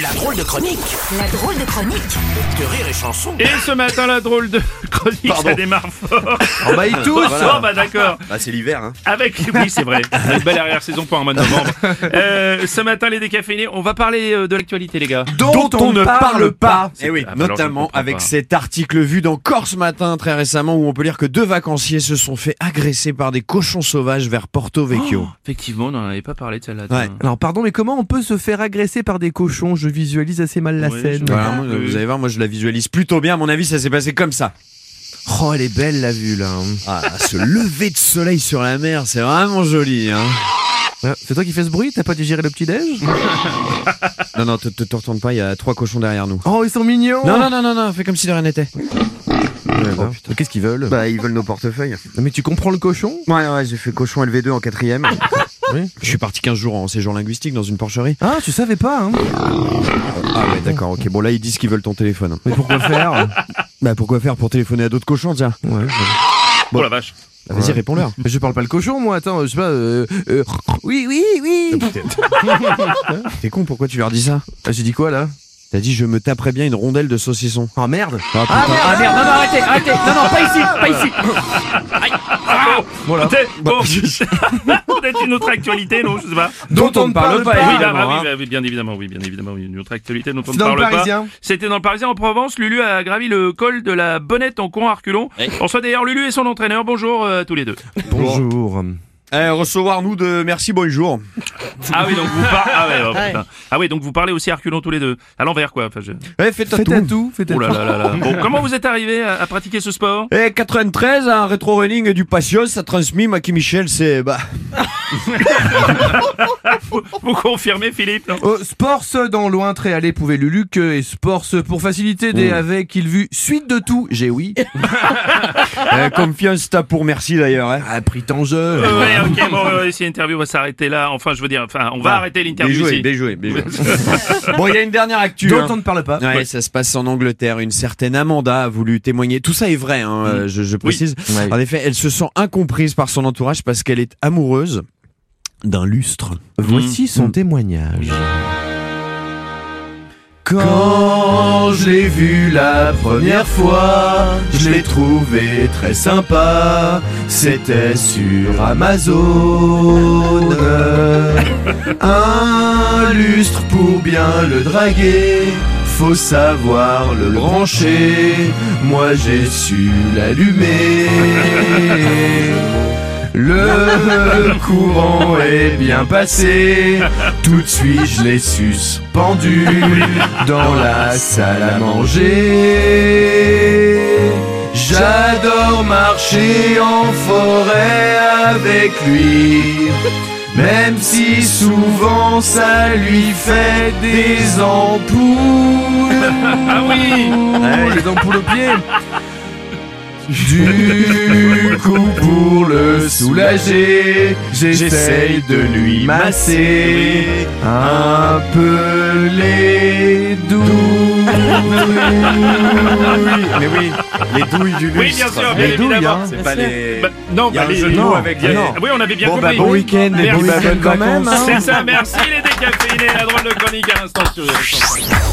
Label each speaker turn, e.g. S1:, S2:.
S1: La drôle de chronique
S2: La drôle de chronique
S1: de Rire et Chanson.
S3: Et ce matin, la drôle de chronique, ça démarre fort.
S4: On bah, ils tous
S3: Bon, bah d'accord.
S4: Bah, c'est l'hiver, hein.
S3: Avec, oui, c'est vrai. Une belle arrière-saison pour un mois de novembre. Euh, ce matin, les décaféinés, on va parler euh, de l'actualité, les gars.
S4: Dont, on ne parle pas.
S3: C'est-
S4: Eh oui,
S3: Ah, bah alors, je ne
S4: notamment
S3: comprends
S4: avec
S3: pas.
S4: cet article vu dans Corse Matin très récemment où on peut lire que deux vacanciers se sont fait agresser par des cochons sauvages vers Porto Vecchio.
S3: Effectivement, on n'en avait pas parlé de celle-là.
S4: Ouais.
S3: tiens.
S5: Mm. Alors pardon, mais comment on peut se faire agresser par des cochons Je visualise assez mal la
S3: Ouais,
S5: scène.
S3: je-
S4: Voilà, moi,
S3: Oui.
S4: vous allez voir, moi je la visualise plutôt bien. À mon avis, ça s'est passé comme ça.
S5: Oh, elle est belle la vue là.
S4: Ah, ce lever de soleil sur la mer, c'est vraiment joli. Hein.
S5: Ah, C'est toi qui fais ce bruit T'as pas digéré le petit déj
S4: Non, non, te te- te retourne pas, il y a trois cochons derrière nous.
S5: Oh, ils sont mignons.
S4: Non, non, non, non, non, fais comme si de rien n'était.
S5: Oh, putain, Qu'est-ce qu'ils veulent
S6: Bah, ils veulent nos portefeuilles.
S5: Non, Mais tu comprends le cochon
S6: Ouais, ouais, j'ai fait cochon LV2 en quatrième.
S4: Je suis parti 15 jours en séjour linguistique dans une porcherie.
S5: Ah, tu savais pas hein
S4: Ah ouais, d'accord, ok. Bon, là, ils disent qu'ils veulent ton téléphone.
S5: Mais pourquoi faire
S4: Bah pourquoi faire pour téléphoner à d'autres cochons tiens
S5: Ouais, je-
S3: Oh la vache.
S4: Bah, Vas-y réponds-leur.
S5: Mais je parle pas le cochon moi. Attends, je sais pas. euh, euh, Oui, oui, oui.
S4: Ah, T'es con pourquoi tu leur dis ça
S5: Ah, J'ai dit quoi là
S4: T'as dit je me taperais bien une rondelle de saucisson.
S5: Oh merde.
S4: Ah, putain.
S5: Ah merde. Non, non, arrêtez, arrêtez. Non, non, pas ici, pas ici. Voilà.
S3: Peut-être-
S4: Ah,
S3: Bon, peut-être une autre actualité, non Je sais pas.
S5: Dont on ne
S4: Ah,
S5: parle pas.
S3: oui, bah, bah,
S5: évidemment,
S3: oui,
S5: hein.
S3: bah, oui, bien évidemment, oui, bien évidemment, oui, une autre actualité dont on
S5: C'est
S3: ne
S5: dans
S3: parle
S5: le
S3: pas.
S5: Parisien.
S3: C'était dans le Parisien en Provence. Lulu a gravi le col de la Bonnette en con à reculons. On soit d'ailleurs Lulu et son entraîneur. Bonjour euh, à tous les deux.
S5: Bonjour.
S4: Eh, recevoir nous de merci bonjour.
S3: Ah oui, donc vous par- ah, ouais, oh, putain. Ah oui, donc vous parlez aussi à reculons tous les deux. À l'envers, quoi. Enfin, je-
S4: Eh faites
S5: Faites à tout, faites à
S3: Oh là
S5: tout.
S3: là là là. Bon, comment vous êtes arrivé à, à pratiquer ce sport
S4: Eh 93 un rétro running et du patio ça transmis Maki Michel c'est bah
S3: vous, vous confirmez, Philippe non
S5: Euh, Sports dans loin très allé pouvait Lulu que euh, et Sports pour faciliter
S4: Mm.
S5: des avec il vu suite de tout j'ai oui
S4: eh, confiance t'as pour merci d'ailleurs hein.
S5: a pris tant jeu
S3: Euh, Ouais, ok, bon, ouais, ouais, si l'interview va s'arrêter là, enfin, je veux dire, enfin, on va
S4: Ah,
S3: arrêter
S4: Bien
S3: l'interview
S4: joué,
S3: ici.
S4: bien joué, bien joué. bon il y a une dernière actu.
S5: dont
S4: hein.
S5: on ne parle pas
S4: Ouais, ça se passe en Angleterre. Une certaine Amanda a voulu témoigner. Tout ça est vrai, hein, euh, je, je précise. En effet, elle se sent incomprise par son entourage parce qu'elle est amoureuse d'un lustre.
S5: voici son
S4: Hmm.
S5: témoignage
S4: Quand je l'ai vu la première fois, je l'ai trouvé très sympa. C'était sur Amazon. Un lustre pour bien le draguer, faut savoir le brancher. Moi j'ai su l'allumer. Le courant est bien passé, tout de suite je l'ai suspendu dans la salle à manger. J'adore marcher en forêt avec lui, même si souvent ça lui fait des ampoules.
S3: Ah oui
S5: Oh, les ampoules au pied
S4: Du coup, pour le soulager, j'essaye de lui masser un peu les douilles. Mais oui, les douilles du
S3: Oui, bien sûr, bien
S4: Les douilles,
S3: évidemment.
S4: hein, c'est pas les.
S3: Bah, non,
S4: Il y a
S3: bah,
S4: un
S3: les-
S4: jeu de mots avec
S3: il y a-
S4: les- non.
S3: Oui, on avait bien
S4: Bon, bah,
S3: compris.
S4: bon week-end, les
S3: Merci.
S4: bonnes
S5: quand même,
S4: vacances.
S5: hein.
S3: C'est ça, merci les décaféinés, la drôle de chronique à l'instant sur les